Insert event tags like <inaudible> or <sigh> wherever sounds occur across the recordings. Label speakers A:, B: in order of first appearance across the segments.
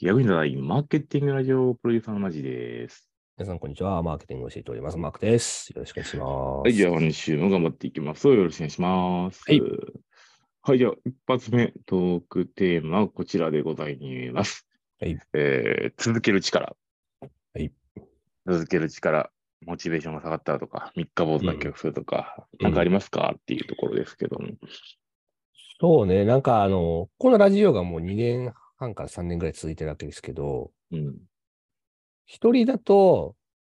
A: 役に立たないマーケティングラジオプロデューサーのマジです。
B: 皆さん、こんにちは。マーケティングを教えております。マークです。よろしくお願いします。
A: はい、じゃあ今週も頑張っていきます。よろしくお願いします。
B: はい。
A: はい、じゃあ一発目、トークテーマはこちらでございます。
B: はい。
A: えー、続ける力。
B: はい。
A: 続ける力。モチベーションが下がったとか、三日坊主脱却するとか、
B: うん
A: なんかありますか、っていうところですけども。
B: そうね、なんかあの、このラジオがもう2年半から3年ぐらい続いてるわけですけど、
A: うん。
B: 一人だと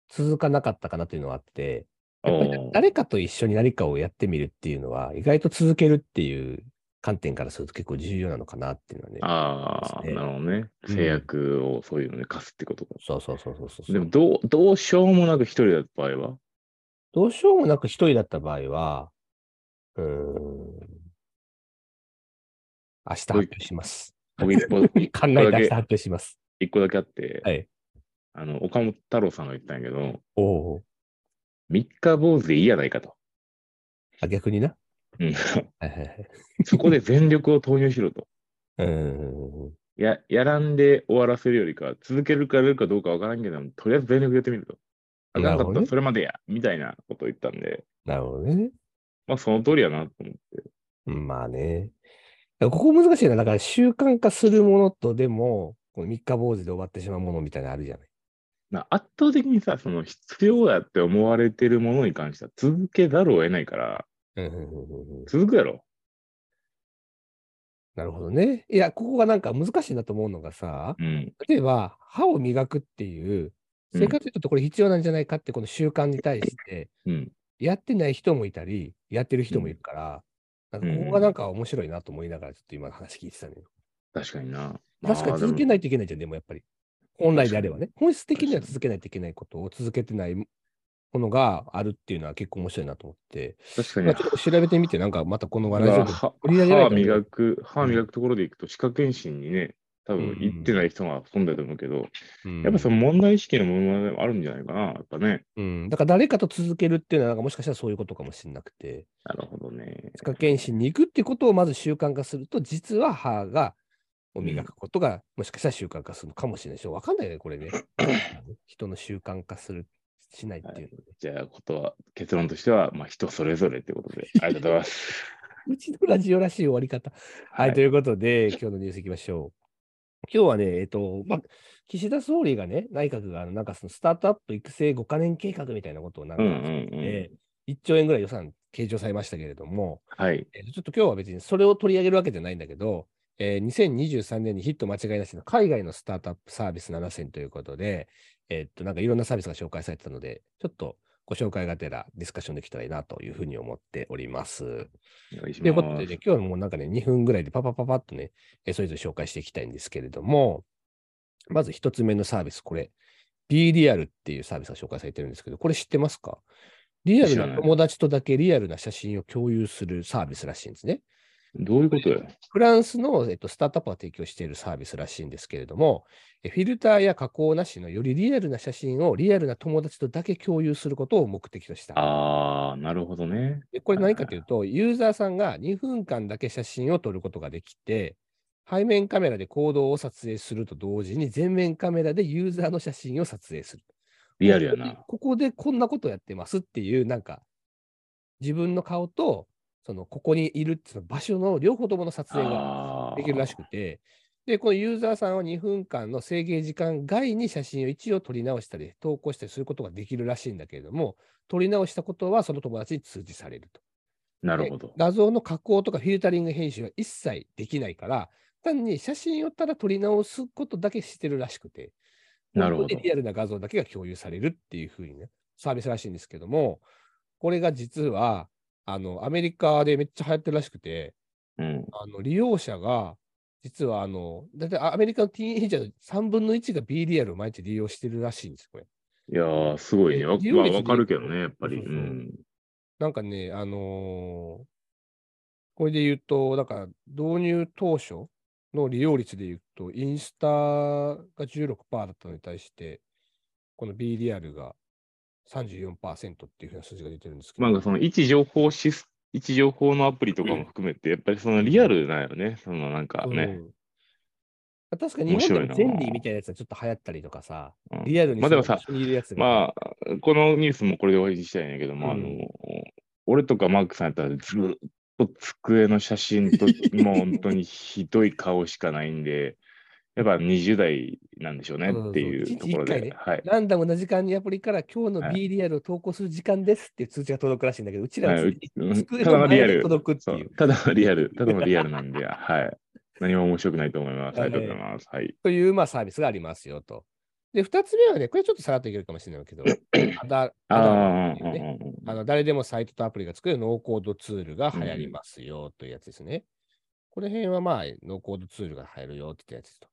B: 続かなかったかなというのはあって、やっぱり
A: おー
B: 誰かと一緒に何かをやってみるっていうのは、意外と続けるっていう観点からすると結構重要なのかなっていうのはね。
A: ああ、
B: ですね
A: なるほどね。
B: うん
A: 制約をそういうのに課すってことか。
B: そうそうそうそうそう。
A: でもどう、どうしようもなく一人だった場合は
B: どうしようもなく一人だった場合は、うーん、明日発表します。
A: 僕一個一
B: 考
A: 個
B: えて明
A: だけ
B: 日発、表します。
A: 一個だけあって、
B: はい
A: あの、岡本太郎さんが言ったんやけど、
B: おお
A: 三日坊主でいいやないかと。
B: あ、逆にな。
A: うん
B: はいはいはい
A: そこで全力を投入しろと。 <laughs>
B: うーん。
A: や、やらんで終わらせるよりか、続けるかやるかどうかわからんけども、とりあえず全力でやってみると。あかん
B: なる
A: かった
B: ほど
A: ら
B: ね
A: それまでや、みたいなことを言ったんで、
B: なるほどね。
A: まあその通りやなと思って。
B: うんまあね。ここ難しいな。だから習慣化するものとでも、この三日坊主で終わってしまうものみたいなのあるじゃない。
A: な圧倒的にさ、その必要だって思われてるものに関しては続けざるを得ないから、
B: うんうんうんうん
A: 続くやろ。
B: なるほどね。いや、ここがなんか難しいなと思うのがさ、
A: うん。
B: 例えば歯を磨くっていう、
A: うん
B: 生活にとってこれ必要なんじゃないかって、この習慣に対して、
A: うん。
B: やってない人もいたり、やってる人もいるから、なんかここがなんか面白いなと思いながら、ちょっと今の話聞いてたのよ。
A: 確かにな。
B: 確かに続け
A: い。
B: ないといけないじゃん、でもやっぱり。本来であればね。本質的には
A: 確かに
B: 続けないといけないことを続けてないものがあるっていうのは結構面白いなと思って。
A: 確か
B: ま
A: に
B: あちょっと調べてみて、なんかまたこの
A: だか
B: 話を
A: ら歯
B: 取り上げられ
A: 歯
B: たら
A: 磨く、歯磨くところでいくと、歯科検診にね、多分
B: うん
A: 行ってない人がほとんどだと思うけど、
B: うん
A: やっぱその問題意識の問題もあるんじゃないかな、やっぱね。
B: うん。だから誰かと続けるっていうのは、なんかもしかしたらそういうことかもしれなくて、
A: なるほどね。
B: 歯科検診に行くっていうことをまず習慣化すると、実は歯が、を磨くことが、もしかしたら習慣化するのかもしれないし、わかんないね、これ
A: <clears throat>
B: ね。人の習慣化する、しないっていうのね。
A: じゃあ、ことは、結論としては、まあ人それぞれってこと
B: <laughs>
A: で、ありがとうございます。
B: うちのラジオらしい終わり方。はい、
A: はい
B: ということで、今日のニュースいきましょう。今日はね、えっと、まあ、岸田総理がね、内閣があのなんかそのスタートアップ育成5か年計画みたいなことをな
A: う
B: んか、
A: んうんうん。
B: えー1兆円ぐらい予算計上されましたけれども、
A: はい。
B: えーちょっと今日は別にそれを取り上げるわけじゃないんだけど、えー2023年にヒット間違いなしの海外のスタートアップサービス7選ということで、えーっと、なんかいろんなサービスが紹介されてたので、ちょっとご紹介がてらディスカッションできたらいいなというふうに思っております。
A: お願いし
B: という
A: ま
B: ことですね、。今日はもうなんかね、2分ぐらいでパパパパッとね、えーそれぞれ紹介していきたいんですけれども、まず1つ目のサービス、これ、B リアルっていうサービスが紹介されてるんですけど、これ知ってますかリアル
A: 知らな
B: ない友達とだけリアルな写真を共有するサービスらしいんですね。
A: どういうことよ。
B: フランスの、えっと、スタートアップが提供しているサービスらしいんですけれども、えフィルターや加工なしのよりリアルな写真をリアルな友達とだけ共有することを目的とした。
A: あー、なるほどね。
B: でこれ何かというと、ユーザーさんが2分間だけ写真を撮ることができて、背面カメラで行動を撮影すると同時に、前面カメラでユーザーの写真を撮影する。
A: リアルや
B: ここで
A: な。。
B: ここでこんなことやってますっていう、なんか、自分の顔と、その、ここにいるっていう場所の両方ともの撮影が
A: あー
B: できるらしくて、で、このユーザーさんは2分間の制限時間外に写真を一応撮り直したり、投稿したりすることができるらしいんだけれども、撮り直したことはその友達に通知されると。
A: なる
B: で
A: ほど。
B: 画像の加工とかフィルタリング編集は一切できないから、単に写真をただ撮り直すことだけしてるらしくて、
A: なるほど
B: 本当にリアルな画像だけが共有されるっていう風にね、サービスらしいんですけども、これが実は、あの、アメリカでめっちゃ流行ってるらしくて、
A: うん。
B: あの、利用者が、実はあの、だいたいアメリカのティーンエイジャーの3分の1が B リアルを毎日利用してるらしいんです、これ。
A: いやー、すごいね。
B: で
A: わ、
B: 利用
A: まあ、
B: 率
A: わかるけどね、やっぱり。。
B: そううそうんなんかね、あのーこれで言うと、だから導入当初の利用率で言うと、インスタが16%だったのに対して、この B リアルが34%っていうふうな数字が出てるんですけど、
A: なんかその位置情報シス、位置情報のアプリとかも含めて、やっぱりそのリアルなんよね。そのなんかね。
B: うん確かに日本
A: 面
B: で
A: 白い
B: も
A: な
B: ゼンリーみたいなやつがちょっと流行ったりとかさ、
A: うん
B: リアルに
A: まあでも
B: その
A: さ
B: 一緒にいるやつが、
A: まあ、このニュースもこれで終わりにしたいんやけども、あ
B: う
A: の
B: ん、
A: 俺とかマークさんやったらずっと机の写真と、もう本当にひどい顔しかないん
B: <laughs>
A: で、やっぱ20代なんでしょうねってい
B: そう
A: う
B: そ
A: と
B: うそ
A: こ
B: う
A: ろ
B: 一日一回ね
A: で、はい。
B: ランダムな時間にアプリから今日
A: は
B: の
A: い
B: B リアルを投稿する時間ですっていう通知が届くらしいんだけど、うちら
A: は
B: は常
A: い
B: に
A: うん
B: 机
A: ただ
B: の
A: のリア
B: 前に
A: ル。
B: 届くって
A: そ
B: いう
A: う。ただのリアル、ただのリアルなんで、はい。何も面白くないと思います。ありがとうございます。はい。
B: という、まあ、サービスがありますよと。で、2つ目はね、これちょっとさらっといけるかもしれな
A: <laughs>
B: いけど、アダ
A: あ
B: ア
A: あー、
B: ダって
A: う
B: いうんね
A: うんうん
B: あの誰でもサイトとアプリが作るノーコードツールが流行りますよというやつですね。この辺はまあ、ノーコードツールが流行るよってやつと。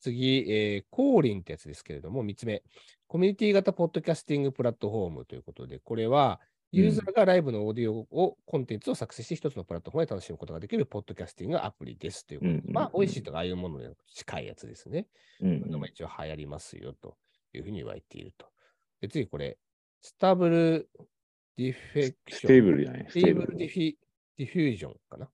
B: 次、えー、コーリンってやつですけれども、3つ目、コミュニティ型ポッドキャスティングプラットフォームということで、これは、ユーザーがライブのオーディオを、コンテンツを作成して、一つのプラットフォームで楽しむことができるポッドキャスティングアプリですということで
A: うんうん
B: まあ、オイシーとかああいうものに近いやつですね。
A: うん
B: こういうのが一応流行りますよというふうに言われていると。で、次これ、スタブルディフェクション。
A: ステーブルじゃない、
B: ス
A: ス
B: テ
A: テ
B: ー
A: ー
B: ブ
A: ブ
B: ルディ
A: ル。
B: フィディフュージョンかな。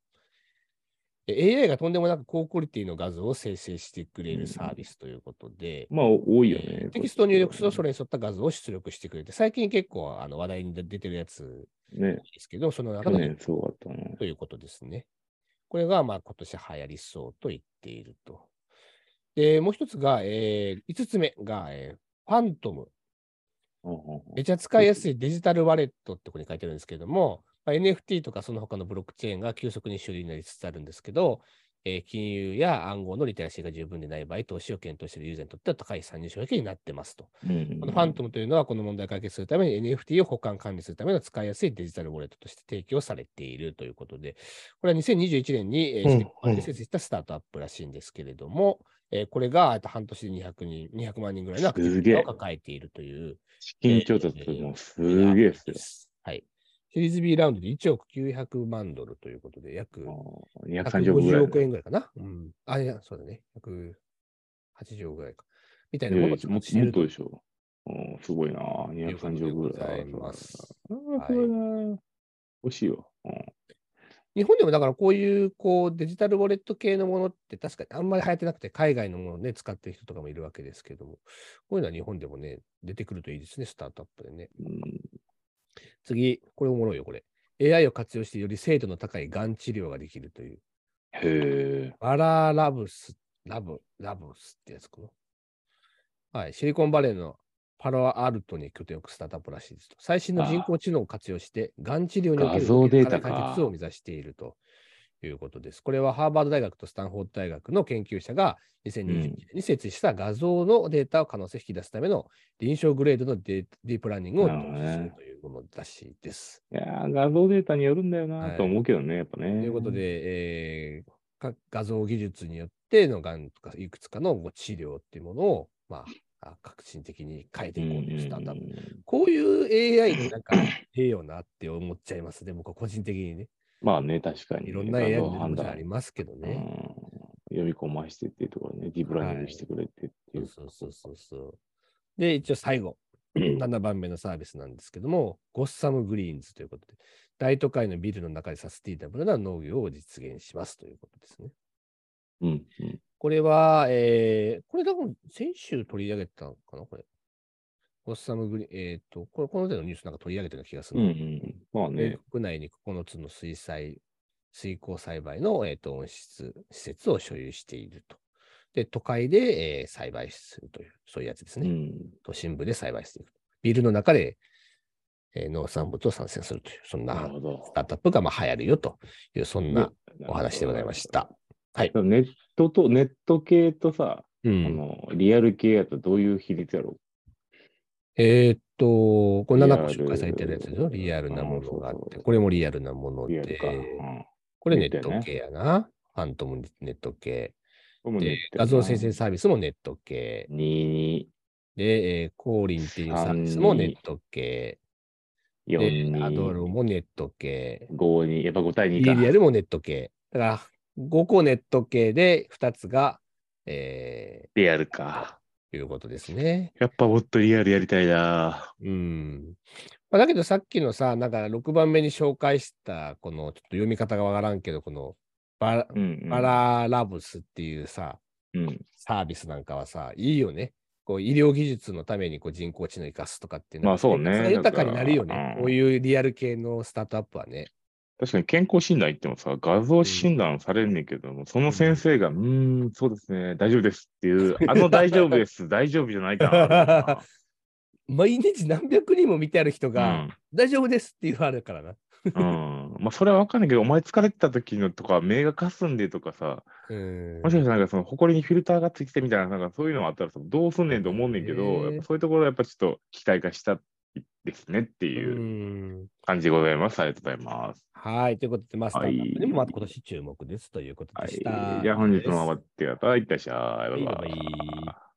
B: え AI がとんでもなく高クオリティの画像を生成してくれるサービスということで、
A: まあ、多いよね。
B: テキストを入力するとそれに沿った画像を出力してくれて、最近結構あの話題に出てるやつ
A: ね。
B: ですけど、その中
A: 去
B: の
A: 年そうだったな。
B: ということですね。これがまあ今年流行りそうと言っていると。で、もう一つが、えー、5つ目が、えーファントム。
A: うんうんうん
B: めちゃ使いやすいデジタルワレットってここに書いてあるんですけれども、まあ NFT とかその他のブロックチェーンが急速に主流になりつつあるんですけど、えー金融や暗号のリテラシーが十分でない場合、投資を検討しているユーザーにとっては高い参入障壁になってますと。このファントムというのは、この問題を解決するために NFT を保管管理するための使いやすいデジタルウォレットとして提供されているということで、これは2021年に、えー
A: うん
B: 施設設立したスタートアップらしいんですけれども、えーこれがあと半年で200人、200万人ぐらいのアクティビティを抱えているという。
A: 資金調達もすげえっすよ。
B: はい。シリーズ B ラウンドで1億900万ドルということで、約
A: あー230億ぐらい
B: 150億円ぐらいかな。うん。あ、いや、そうだね。180億ぐらいか。みたい
A: い
B: な
A: やい
B: も
A: や
B: の
A: も
B: を
A: っともっ
B: してると
A: とでしょ。うん、すごいな。230億ぐらい。
B: ということでございます
A: あーすごいな。欲しいわ。うん
B: 日本でもだからこういうこうデジタルウォレット系のものって確かにあんまり流行ってなくて海外のものをね使ってる人とかもいるわけですけどもこういうのは日本でもね出てくるといいですねスタートアップでね
A: うん
B: 次これおもろいよこれ AI を活用してより精度の高いがん治療ができるという
A: へえ。
B: バララブスラブラブスってやつかなはいシリコンバレーのパロアルトに拠点を置くスタートアップらしいですと最新の人工知能を活用してがん治療におけ
A: 画
B: る
A: 像データ
B: 解決
A: か
B: を目指しているということです。これはハーバード大学とスタンフォード大学の研究者が2021年に設立した画像のデータを可能性引き出すための臨床グレードのデーディープラーニングを
A: なるほど
B: 導
A: ね
B: 入するというものらしいです。
A: いやー画像データによるんだよな
B: はい
A: と思うけどね、やっぱね。
B: ということで、えーか画像技術によってのがんとかいくつかの治療っていうものを、まあ、あ革新的に変えて
A: う
B: い
A: ん
B: こ
A: う
B: うんと
A: う
B: い
A: ん、
B: うスタートアップ。こういう AI になんか、ええよなって思っちゃいますね、僕は個人的にね。
A: まあね、確かにね。
B: いろんな AI
A: 画像
B: の
A: 判
B: もちろんあり
A: 断。
B: ますけど
A: う
B: ね。
A: ん読み込ましてっていうところね、ディープラーニングしてくれてっていう。
B: そうそうそうそう。で、一応最後、7番目のサービスなんですけども、ゴッサムグリーンズということで、大都会のビルの中でサスティナブルな農業を実現しますということですね。
A: うんうん
B: これは、えー、これ多分先週取り上げたのかな、これ。ゴッサムグリーン、えっ、と、これこの手のニュースなんか取り上げたような気がす
A: う
B: る
A: んう
B: な、
A: ん。まあ
B: で
A: ね。
B: 国内に9つの水栽、水耕栽培の、えーと温室、施設を所有していると。で、都会で、えー栽培するという、そういうやつです
A: う
B: ね。
A: ん。
B: 都心部で栽培していく。ビルの中で、えー農産物を参戦するという、そん
A: な
B: な
A: るほど
B: ス。タートアップがまあ流行るよという、そんなお話でございました。はい
A: でもネットと、ネット系とさ、
B: う
A: あ
B: ん、
A: の、リアル系やとどういう比率やろ
B: えーっと、これ7個
A: リアル
B: 紹介されてるやつですよ。リアルなものがあっ
A: あーそう
B: て、
A: そう
B: これもリアルなもの
A: うリアル
B: で
A: か。、うん
B: これネ
A: 言った
B: ッ
A: よね
B: ト系やな。ファントムネット系。
A: これもネッ
B: で、
A: トやな
B: 画像生成サービスもネット系。
A: 22、
B: で、えー、コーリンっていうサービスもネット系。で、アドロ
A: 42、
B: もネット系。
A: 52、やっぱ5対2
B: B
A: か。
B: リアルもネット系。だから、5個ネット系で2つが、え
A: リアルか。
B: ー、いうことですね。
A: やっぱもっとリアルやりたいな。
B: うん。まあ、だけどさっきのさ、なんか6番目に紹介した、この、ちょっと読み方がわからんけど、このバラ、
A: うん、うん。
B: バララブスっていうさ、
A: うん。
B: サービスなんかはさ、いいよね。こう医療技術のためにこう人工知能生かすとかっていうの
A: ま
B: は
A: あそうね
B: 生活が豊かになるよ
A: だから
B: ね
A: う。ん
B: こういうリアル系のスタートアップはね。
A: 確かに健康診断行ってもさ、画像診断されんねんけども、その先生が、うーん、そうですね、大丈夫ですっていう、あの大丈夫です、 <laughs> 大丈夫じゃないかな。
B: 毎日何百人も見てある人が、大丈夫ですって言われるからな。
A: うん。うんまあ、それはわかんないけど、お前疲れてた時のとか、目がかすんでとかさ、
B: うん
A: もしかしたらなんかその、埃にフィルターがついてきてみたいな、なんかそういうのがあったらさ、どうすんねんと思うねんけど、
B: ねえ
A: やっぱそういうところはやっぱちょっと機械化したですねっていう
B: うん
A: 感じでございます。ありがとうございます。
B: はい。ということで、まあ、スタートアップにもまた今年注目ですということ
A: は
B: で
A: い
B: した。。
A: じゃあ本日も終わ
B: は
A: ってください。いってらっしゃい。バイ
B: い
A: バ
B: バイバ
A: イ
B: イ